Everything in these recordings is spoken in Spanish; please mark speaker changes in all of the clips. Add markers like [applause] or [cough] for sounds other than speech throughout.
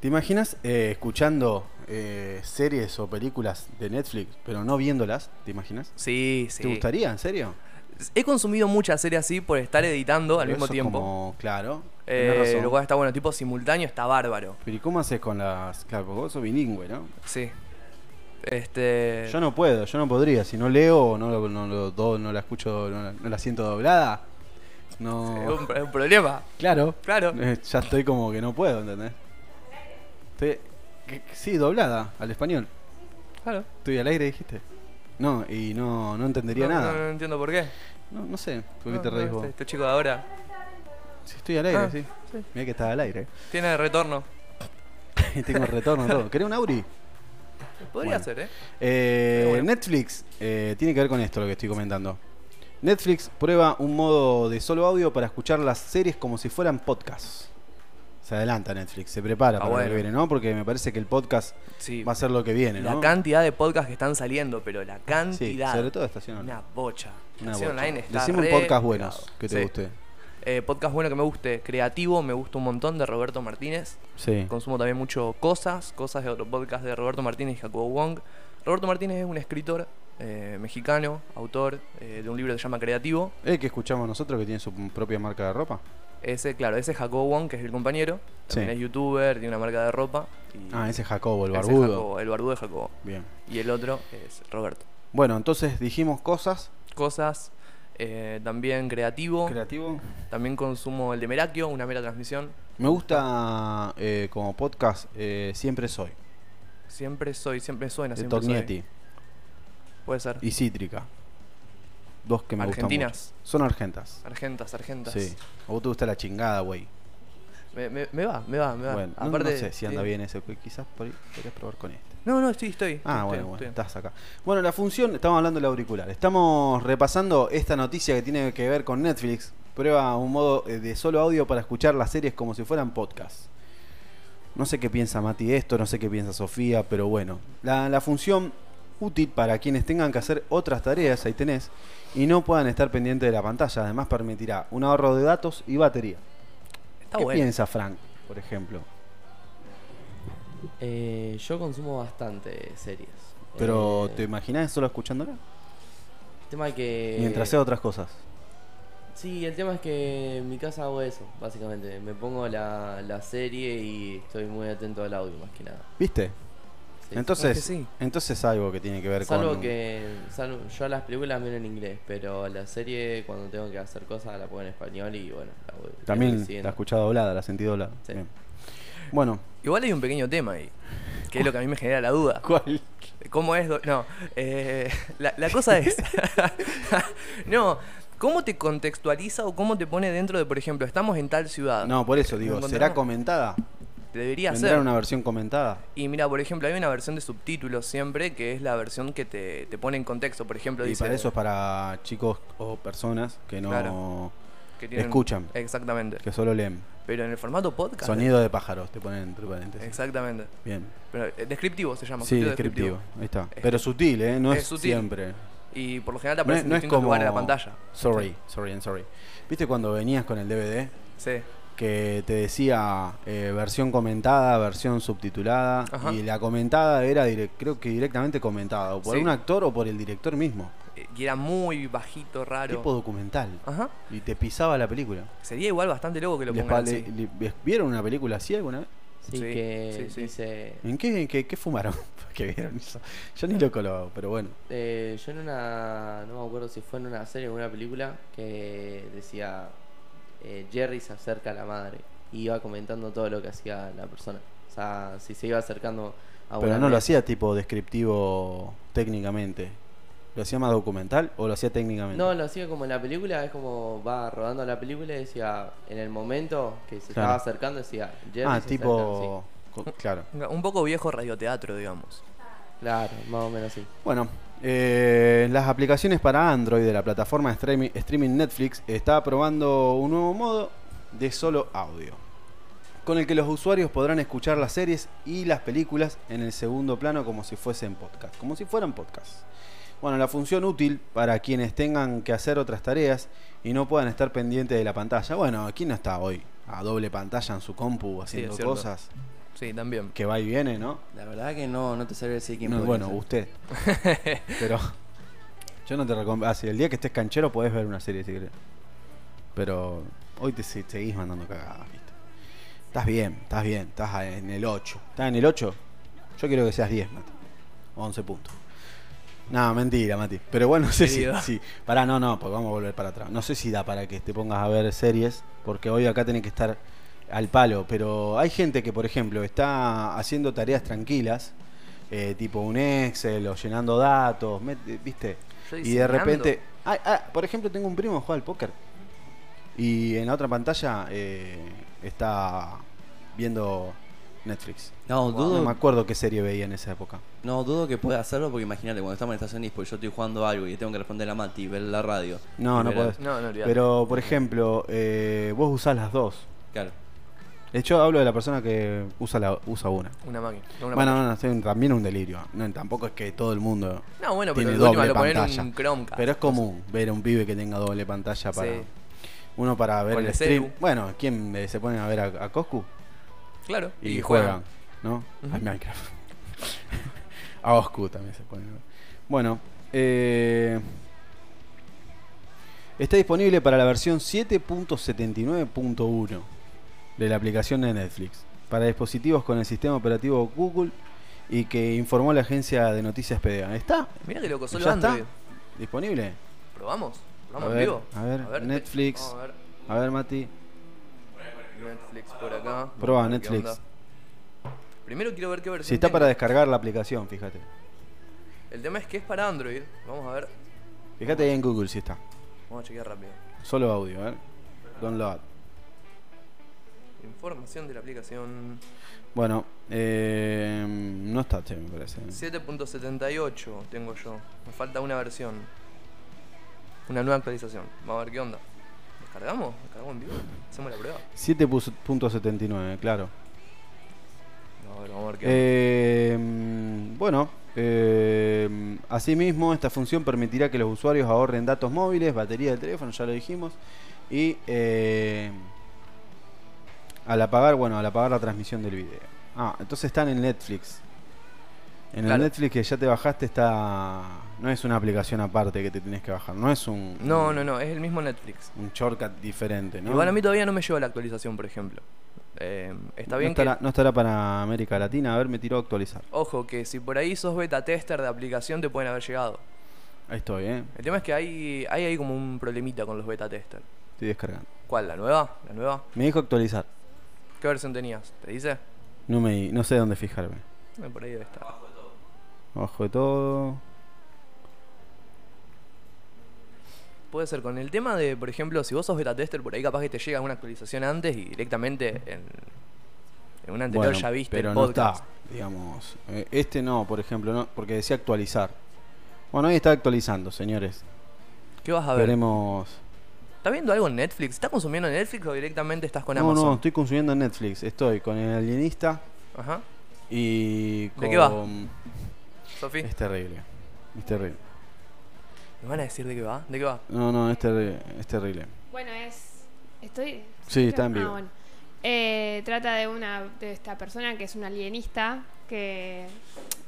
Speaker 1: ¿Te imaginas eh, escuchando eh, series o películas de Netflix, pero no viéndolas? ¿Te imaginas?
Speaker 2: Sí, sí.
Speaker 1: ¿Te gustaría, en serio?
Speaker 2: He consumido muchas series así por estar editando al
Speaker 1: Pero
Speaker 2: mismo
Speaker 1: eso
Speaker 2: tiempo.
Speaker 1: Como, claro.
Speaker 2: Eh,
Speaker 1: tenés razón.
Speaker 2: lo cual está bueno, tipo simultáneo está bárbaro.
Speaker 1: Pero ¿y cómo haces con las. Claro, porque vos sos bilingüe, ¿no?
Speaker 2: Sí. Este.
Speaker 1: Yo no puedo, yo no podría. Si no leo o no, lo- no, lo do- no la escucho, no la, no la siento doblada.
Speaker 2: Es
Speaker 1: No.
Speaker 2: un, es un problema.
Speaker 1: Claro.
Speaker 2: Claro.
Speaker 1: Eh, Ya estoy como que no puedo, ¿entendés? Estoy- que- que- sí, doblada al español.
Speaker 2: Claro.
Speaker 1: Estoy al aire, dijiste. No, y no, no entendería
Speaker 2: no,
Speaker 1: nada.
Speaker 2: no- no entiendo por qué.
Speaker 1: No, no sé, ¿por qué
Speaker 2: No,
Speaker 1: te
Speaker 2: no,
Speaker 1: reís vos?
Speaker 2: este, este chico de ahora
Speaker 1: Sí, estoy al aire,
Speaker 2: Ah,
Speaker 1: sí.
Speaker 2: sí.
Speaker 1: Mirá que estaba al aire. [laughs]
Speaker 2: tiene retorno.
Speaker 1: Y Tengo retorno todo. ¿Querés un Auri?
Speaker 2: Podría
Speaker 1: Bueno.
Speaker 2: ser, ¿eh?
Speaker 1: Eh,
Speaker 2: Pero bueno.
Speaker 1: Netflix eh, tiene que ver con esto lo que estoy comentando. Netflix prueba un modo de solo audio para escuchar las series como si fueran podcasts. Se adelanta Netflix, se prepara
Speaker 2: Ah,
Speaker 1: para lo
Speaker 2: bueno.
Speaker 1: que viene, ¿no? Porque me parece que el podcast
Speaker 2: Sí.
Speaker 1: va a ser lo que viene,
Speaker 2: La
Speaker 1: ¿no?
Speaker 2: cantidad de podcasts que están saliendo, pero la
Speaker 1: Sí,
Speaker 2: cantidad.
Speaker 1: sobre todo estación
Speaker 2: Una
Speaker 1: online.
Speaker 2: bocha.
Speaker 1: Una
Speaker 2: Estación
Speaker 1: bocha.
Speaker 2: Online está
Speaker 1: Decime
Speaker 2: re
Speaker 1: un podcast buenos
Speaker 2: pegado.
Speaker 1: que te
Speaker 2: Sí.
Speaker 1: guste.
Speaker 2: Eh, podcast bueno que me guste. Creativo, me gusta un montón de Roberto Martínez.
Speaker 1: Sí.
Speaker 2: Consumo también mucho cosas, cosas de otro podcast de Roberto Martínez y Jacobo Wong. Roberto Martínez es un escritor eh, mexicano, autor eh, de un libro que se llama Creativo.
Speaker 1: El Eh, que escuchamos nosotros que tiene su propia marca de ropa.
Speaker 2: Ese, claro, ese es Jacobo Wong, que es el compañero.
Speaker 1: Sí.
Speaker 2: También es youtuber, tiene una marca de ropa. y
Speaker 1: Ah, ese es Jacobo, el
Speaker 2: ese es
Speaker 1: barbudo.
Speaker 2: Jacobo, el barbudo de Jacobo.
Speaker 1: Bien.
Speaker 2: Y el otro es Roberto.
Speaker 1: Bueno, entonces dijimos cosas.
Speaker 2: Cosas, eh, también creativo.
Speaker 1: Creativo.
Speaker 2: también consumo el de Merakio, una mera transmisión.
Speaker 1: Me gusta eh, como podcast eh, Siempre Soy,
Speaker 2: Siempre soy, siempre suena,
Speaker 1: de
Speaker 2: siempre
Speaker 1: Tornietti
Speaker 2: soy. Puede ser.
Speaker 1: y Cítrica. Dos que me
Speaker 2: Argentinas.
Speaker 1: gustan mucho. Son argentas.
Speaker 2: Argentas, argentas.
Speaker 1: Sí. A vos te gusta la chingada, güey.
Speaker 2: Me, me- me va, me va, me va.
Speaker 1: Bueno, no- no,
Speaker 2: Aparte,
Speaker 1: sé si anda
Speaker 2: sí.
Speaker 1: bien ese, pero quizás por ahí podrías probar con este.
Speaker 2: No, no, estoy, estoy.
Speaker 1: Ah,
Speaker 2: estoy,
Speaker 1: bueno,
Speaker 2: estoy.
Speaker 1: bueno, estás acá. Bueno, la función, estamos hablando del auricular. Estamos repasando esta noticia que tiene que ver con Netflix. Prueba un modo eh, de solo audio para escuchar las series como si fueran podcasts. No sé qué piensa Mati de esto, no sé qué piensa Sofía, pero bueno. La, la función útil para quienes tengan que hacer otras tareas, ahí tenés, y no puedan estar pendientes de la pantalla. Además, permitirá un ahorro de datos y batería.
Speaker 2: Está
Speaker 1: ¿Qué
Speaker 2: bueno.
Speaker 1: piensa Frank, por ejemplo?
Speaker 3: Eh, yo consumo bastante series.
Speaker 1: Pero,
Speaker 3: Eh,
Speaker 1: ¿te imaginas solo escuchándola?
Speaker 3: tema que
Speaker 2: eh,
Speaker 1: Mientras sea otras cosas.
Speaker 3: Sí, el tema es que en mi casa hago eso, básicamente. Me pongo la, la serie y estoy muy atento al audio, más que nada.
Speaker 1: ¿Viste?
Speaker 3: Sí,
Speaker 1: Entonces,
Speaker 2: Es Ah, que sí.
Speaker 1: entonces algo que tiene que ver
Speaker 3: Salvo
Speaker 1: con
Speaker 3: que salvo- yo las películas miro en inglés, pero la serie cuando tengo que hacer cosas la pongo en español y bueno, la voy, la voy
Speaker 1: también la
Speaker 3: siguiendo.
Speaker 1: has escuchado doblada, la has sentido doblada.
Speaker 3: Sí.
Speaker 1: Bien. Bueno,
Speaker 2: Igual hay un pequeño tema ahí, que es lo que a mí me genera la duda.
Speaker 1: ¿cuál?
Speaker 2: ¿Cómo es? do- No, eh, la, la cosa
Speaker 1: [laughs]
Speaker 2: es... no, ¿cómo te contextualiza o cómo te pone dentro de, por ejemplo, estamos en tal ciudad?
Speaker 1: No, por eso digo,
Speaker 2: ¿Lo
Speaker 1: ¿será
Speaker 2: encontramos?
Speaker 1: comentada?
Speaker 2: Debería ser.
Speaker 1: ¿Vendrá una versión comentada?
Speaker 2: Y mira, por ejemplo, hay una versión de subtítulos siempre que es la versión que te, te pone en contexto. Por ejemplo,
Speaker 1: Y
Speaker 2: dice
Speaker 1: para eso es para chicos o personas que no
Speaker 2: Claro. que
Speaker 1: escuchan.
Speaker 2: Exactamente.
Speaker 1: que solo leen.
Speaker 2: Pero en el formato podcast.
Speaker 1: Sonido de pájaros, te ponen entre paréntesis.
Speaker 2: Exactamente.
Speaker 1: Bien.
Speaker 2: Pero, eh, descriptivo se llama.
Speaker 1: Sí,
Speaker 2: subtítulo
Speaker 1: descriptivo. Ahí está.
Speaker 2: Es-
Speaker 1: Pero sutil, ¿eh? No es,
Speaker 2: es sutil.
Speaker 1: siempre.
Speaker 2: Y por lo general te
Speaker 1: No
Speaker 2: aparece
Speaker 1: es, no
Speaker 2: en
Speaker 1: es
Speaker 2: distintos
Speaker 1: como.
Speaker 2: lugares de la pantalla.
Speaker 1: Sorry, sorry, and sorry. ¿Viste cuando venías con el DVD?
Speaker 2: Sí.
Speaker 1: que te decía eh, versión comentada, versión subtitulada,
Speaker 2: Ajá.
Speaker 1: y la comentada era direc- creo que directamente comentada, o por
Speaker 2: Sí.
Speaker 1: un actor o por el director mismo,
Speaker 2: Eh, Y era muy bajito, raro.
Speaker 1: tipo documental,
Speaker 2: Ajá.
Speaker 1: y te pisaba la película.
Speaker 2: Sería igual bastante loco que lo
Speaker 1: Les
Speaker 2: pongan
Speaker 1: pa- le-
Speaker 2: así.
Speaker 1: le- les- ¿Vieron una película así alguna vez?
Speaker 3: Sí,
Speaker 2: Sí,
Speaker 3: que
Speaker 2: sí, sí.
Speaker 3: dice...
Speaker 1: ¿En qué, en qué, qué fumaron? [laughs] que vieron eso? Yo ni loco lo hago, pero bueno.
Speaker 2: Ah,
Speaker 3: Eh, yo en una. No me acuerdo si fue en una serie o en una película que decía. eh, Jerry se acerca a la madre. Y iba comentando todo lo que hacía la persona. O sea, si se iba acercando a
Speaker 1: pero
Speaker 3: una
Speaker 1: no lo
Speaker 3: mesa.
Speaker 1: hacía tipo descriptivo técnicamente. ¿Lo hacía más documental o lo hacía técnicamente?
Speaker 3: No, lo hacía como en la película. Es como va rodando la película y decía. En el momento que se
Speaker 1: Claro.
Speaker 3: estaba acercando, decía. Jerry
Speaker 1: ah,
Speaker 3: se
Speaker 1: tipo... co- Claro.
Speaker 2: Un poco viejo radioteatro, digamos.
Speaker 3: acerca", sí. Claro, más o menos así.
Speaker 1: Bueno, eh, las aplicaciones para Android de la plataforma de streami- streaming Netflix está probando un nuevo modo de solo audio, con el que los usuarios podrán escuchar las series y las películas en el segundo plano como si fuesen podcast, como si fueran podcasts. Bueno, la función útil para quienes tengan que hacer otras tareas y no puedan estar pendientes de la pantalla. Bueno, ¿quién no está hoy a doble pantalla en su compu haciendo
Speaker 2: cierto.
Speaker 1: cosas?
Speaker 2: Sí, también.
Speaker 1: Que va y viene, ¿no?
Speaker 4: La verdad que no, no te sabe decir quién
Speaker 1: No,
Speaker 4: podría
Speaker 1: bueno,
Speaker 4: ser.
Speaker 1: usted. Pero yo no te recomiendo. Ah, sí, el día que estés canchero podés ver una serie si querés. Pero hoy te se- seguís mandando cagadas, ¿viste? Estás bien, estás bien, estás en el 8. ¿Estás en el 8? Yo quiero que seas 10, Mati. 11 puntos. No, mentira, Mati. Pero bueno, no sé si,
Speaker 2: Querido.
Speaker 1: si- Pará, no, no, porque vamos a volver para atrás. No sé si da para que te pongas a ver series, porque hoy acá tenés que estar al palo. Pero hay gente que, por ejemplo, está haciendo tareas tranquilas, eh, tipo un Excel o llenando datos, met- eh, ¿viste?
Speaker 2: Yo
Speaker 1: Y de
Speaker 2: diseñando.
Speaker 1: repente. Ah, ah, por ejemplo, tengo un primo que juega al póker. Y en la otra pantalla eh, está viendo Netflix.
Speaker 4: No,
Speaker 1: No
Speaker 4: dudo,
Speaker 1: me acuerdo qué serie veía en esa época.
Speaker 4: no, dudo que pueda hacerlo porque imagínate, cuando estamos en estación dispo y yo estoy jugando algo y tengo que responder a Mati y ver la radio.
Speaker 1: No,
Speaker 4: Y
Speaker 1: no
Speaker 4: ver-
Speaker 1: podés.
Speaker 2: No, no olvidate.
Speaker 1: Pero, por ejemplo, eh, vos usás las dos.
Speaker 4: Claro.
Speaker 1: De hecho, hablo de la persona que usa, la, usa una.
Speaker 2: Una máquina. no, una
Speaker 1: bueno,
Speaker 2: pantalla.
Speaker 1: no, no, sí, también es un delirio. No, tampoco es que todo el mundo.
Speaker 2: No, bueno, pero
Speaker 1: tiene
Speaker 2: de última
Speaker 1: doble
Speaker 2: lo ponen
Speaker 1: pantalla.
Speaker 2: un Chromecast.
Speaker 1: Pero es común ver a un pibe que tenga doble pantalla para.
Speaker 2: Sí.
Speaker 1: Uno para ver
Speaker 2: Con
Speaker 1: el,
Speaker 2: el
Speaker 1: stream.
Speaker 2: celu.
Speaker 1: Bueno, ¿quién eh, se pone a ver a, a Coscu?
Speaker 2: Claro.
Speaker 1: Y, juegan, ¿no? Al Minecraft. [laughs] a Coscu también se pone a ver. Bueno, eh, está disponible para la versión 7.79.1 de la aplicación de Netflix para dispositivos con el sistema operativo Google y que informó la agencia de noticias PDA. ¿Está?
Speaker 2: Mira que loco, solo
Speaker 1: ¿Ya
Speaker 2: Android.
Speaker 1: está? ¿Disponible?
Speaker 2: ¿Probamos? ¿Probamos
Speaker 1: A
Speaker 2: en
Speaker 1: ver,
Speaker 2: vivo?
Speaker 1: a ver, Netflix.
Speaker 2: Vamos a ver.
Speaker 1: A ver, Mati.
Speaker 2: Netflix por acá.
Speaker 1: Prueba
Speaker 2: Vamos a ver qué
Speaker 1: Netflix.
Speaker 2: onda. Primero quiero ver qué versión.
Speaker 1: Si está
Speaker 2: tiene.
Speaker 1: para descargar la aplicación, fíjate.
Speaker 2: El tema es que es para Android. Vamos a ver.
Speaker 1: Fíjate ahí en Google si está.
Speaker 2: Vamos a chequear rápido.
Speaker 1: Solo audio, ¿eh? Download.
Speaker 2: Información de la aplicación
Speaker 1: Bueno, eh, no está, che, me parece.
Speaker 2: 7.78 tengo yo. Me falta una versión. Una nueva actualización. Vamos a ver qué onda. ¿Descargamos? ¿Descargamos en vivo? ¿Hacemos la prueba?
Speaker 1: 7.79, claro.
Speaker 2: No, a ver, vamos a ver qué onda.
Speaker 1: Eh, bueno, eh, asimismo, esta función permitirá que los usuarios ahorren datos móviles, batería del teléfono, ya lo dijimos, y eh, al apagar, bueno, al apagar la transmisión del video. Ah, entonces están en Netflix. En el
Speaker 2: Claro.
Speaker 1: Netflix que ya te bajaste está... No es una aplicación aparte que te tenés que bajar, no es un...
Speaker 2: No, no, no. Es el mismo Netflix.
Speaker 1: Un shortcut diferente, ¿no?
Speaker 2: Igual a mí todavía no me llegó la actualización, por ejemplo. Eh, está
Speaker 1: no
Speaker 2: bien que...
Speaker 1: estará, no estará para América Latina. A ver, me tiró a actualizar.
Speaker 2: Ojo, que si por ahí sos beta tester de aplicación te pueden haber llegado.
Speaker 1: Ahí estoy, ¿eh?
Speaker 2: El tema es que hay, hay ahí como un problemita con los beta tester.
Speaker 1: Estoy descargando.
Speaker 2: ¿Cuál? ¿La nueva? ¿La nueva?
Speaker 1: Me dijo actualizar.
Speaker 2: ¿Qué versión tenías? ¿Te dice?
Speaker 1: No, me, no sé dónde fijarme.
Speaker 2: Eh, Por ahí debe estar.
Speaker 1: Abajo de todo.
Speaker 2: Puede ser con el tema de, por ejemplo, si vos sos beta tester, por ahí capaz que te llega una actualización antes y directamente en, en una anterior
Speaker 1: Bueno,
Speaker 2: ya viste
Speaker 1: pero
Speaker 2: el
Speaker 1: no
Speaker 2: podcast.
Speaker 1: está, digamos. Eh, Este no, por ejemplo, no, porque decía actualizar. Bueno, ahí está actualizando, señores.
Speaker 2: ¿Qué vas a ver?
Speaker 1: Veremos.
Speaker 2: ¿Estás viendo algo en Netflix? ¿Estás consumiendo Netflix o directamente estás con
Speaker 1: no,
Speaker 2: Amazon?
Speaker 1: no, estoy consumiendo Netflix. Estoy con el alienista
Speaker 2: Ajá.
Speaker 1: y con...
Speaker 2: ¿De qué va? Sofi,
Speaker 1: Es terrible. Es terrible.
Speaker 2: ¿me van a decir de qué va? ¿De qué va?
Speaker 1: No, no, es terrible. Es terrible.
Speaker 5: Bueno, es. ¿Estoy.?
Speaker 1: Sí, está en
Speaker 5: Ah,
Speaker 1: vivo.
Speaker 5: bueno. Eh, trata de una de esta persona que es un alienista que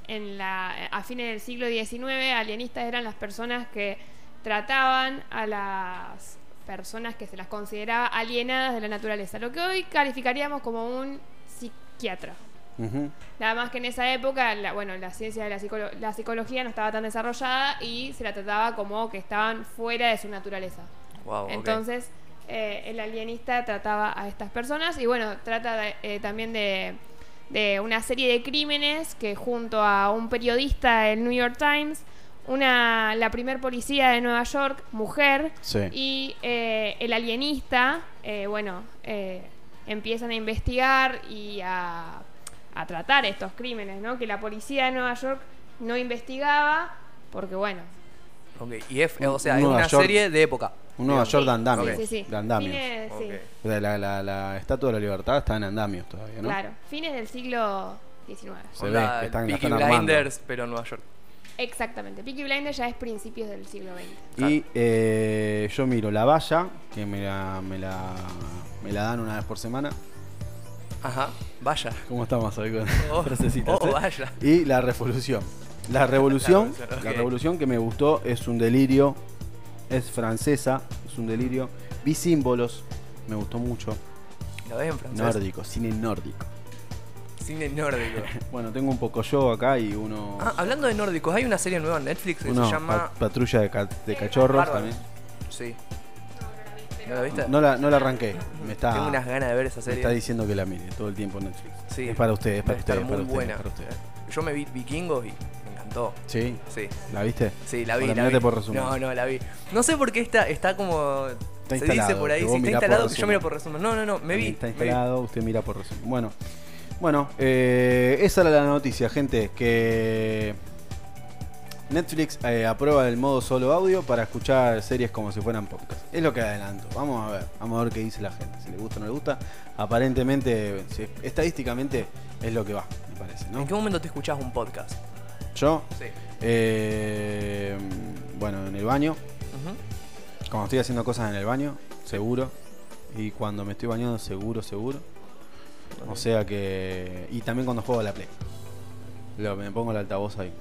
Speaker 5: en la a fines del siglo XIX alienistas eran las personas que trataban a las personas que se las consideraba alienadas de la naturaleza, lo que hoy calificaríamos como un psiquiatra.
Speaker 1: Ujú.
Speaker 5: Nada más que en esa época, la- bueno, la ciencia de la, psicolo- la psicología no estaba tan desarrollada y se la trataba como que estaban fuera de su naturaleza.
Speaker 2: Wow,
Speaker 5: Entonces, eh, el alienista trataba a estas personas y bueno, trata de- eh, también de, de una serie de crímenes que junto a un periodista del New York Times, una, la primer policía de Nueva York, mujer,
Speaker 1: Sí.
Speaker 5: y eh, el alienista, eh, bueno, eh, empiezan a investigar y a, a tratar estos crímenes, ¿no? Que la policía de Nueva York no investigaba porque, bueno,
Speaker 2: Y es, o sea, es
Speaker 1: Nueva
Speaker 2: una
Speaker 1: York.
Speaker 2: serie de época.
Speaker 1: Un Nueva
Speaker 5: Sí,
Speaker 1: York de andamios.
Speaker 5: Sí, sí, sí.
Speaker 1: De andamios.
Speaker 5: Fines- sí,
Speaker 2: Ok.
Speaker 1: O sea, la, la, la estatua de la libertad está en andamios todavía, ¿no?
Speaker 5: Claro, fines del siglo XIX.
Speaker 1: Se ve
Speaker 2: Onda
Speaker 1: que están, la
Speaker 2: Peaky
Speaker 1: están armando.
Speaker 2: Blinders, pero en Nueva York.
Speaker 5: Exactamente. Peaky Blinders ya es principios del siglo XX.
Speaker 1: Y eh, yo miro la valla, que me la, me, la, me la dan una vez por semana.
Speaker 2: Ajá,
Speaker 1: [laughs]
Speaker 2: vaya.
Speaker 1: ¿Cómo estamos hoy con [laughs]
Speaker 2: [laughs] Oh,
Speaker 1: frasecitas,
Speaker 2: oh,
Speaker 1: eh?
Speaker 2: vaya.
Speaker 1: Y la revolución. La revolución,
Speaker 2: La revolución,
Speaker 1: la
Speaker 2: ok.
Speaker 1: revolución que me gustó es un delirio, es francesa, es un delirio. Vi símbolos, me gustó mucho.
Speaker 2: ¿Lo ves en francés?
Speaker 1: Nórdico, cine nórdico.
Speaker 2: Cine nórdico.
Speaker 1: Bueno, tengo un poco yo acá y uno,
Speaker 2: Ah, hablando de nórdicos, hay una serie nueva en Netflix que
Speaker 1: uno
Speaker 2: se llama. Eh,
Speaker 1: pa- patrulla de, ca- de cachorros
Speaker 2: Bárbaro.
Speaker 1: también.
Speaker 2: Sí. ¿No la viste?
Speaker 1: No la, no la arranqué, me está,
Speaker 2: Tengo unas ganas de ver esa
Speaker 1: me está
Speaker 2: serie.
Speaker 1: diciendo que la mire todo el tiempo en Netflix.
Speaker 2: Sí.
Speaker 1: Es para ustedes, es
Speaker 2: Va a
Speaker 1: para
Speaker 2: estar
Speaker 1: ustedes,
Speaker 2: muy
Speaker 1: para ustedes,
Speaker 2: buena.
Speaker 1: para ustedes.
Speaker 2: Yo me vi Vikingos y me encantó.
Speaker 1: Sí,
Speaker 2: Sí.
Speaker 1: ¿la viste?
Speaker 2: Sí, la vi.
Speaker 1: Bueno,
Speaker 2: la
Speaker 1: mirate
Speaker 2: vi.
Speaker 1: por resumen.
Speaker 2: No, no, la vi. No sé por qué está, está como. se dice
Speaker 1: instalado,
Speaker 2: por ahí,
Speaker 1: que
Speaker 2: si
Speaker 1: vos
Speaker 2: está
Speaker 1: mirá por
Speaker 2: instalado, que yo
Speaker 1: resumen.
Speaker 2: miro por resumen. No, no, no, me
Speaker 1: Ahí
Speaker 2: vi.
Speaker 1: Está
Speaker 2: me vi.
Speaker 1: instalado, usted mira por resumen. Bueno, bueno eh, esa era la noticia, gente. Que Netflix eh, aprueba el modo solo audio para escuchar series como si fueran podcast. Es lo que adelanto. Vamos a ver, vamos a ver qué dice la gente. Si le gusta o no le gusta. Aparentemente, si- estadísticamente es lo que va, me parece, ¿no?
Speaker 2: ¿En qué momento te escuchás un podcast?
Speaker 1: Yo,
Speaker 2: Sí.
Speaker 1: eh, bueno, en el baño,
Speaker 2: Ujú.
Speaker 1: Cuando estoy haciendo cosas en el baño, seguro. Y cuando me estoy bañando, seguro, seguro. O sea que. Y también cuando juego a la Play. Lo, me pongo el altavoz ahí.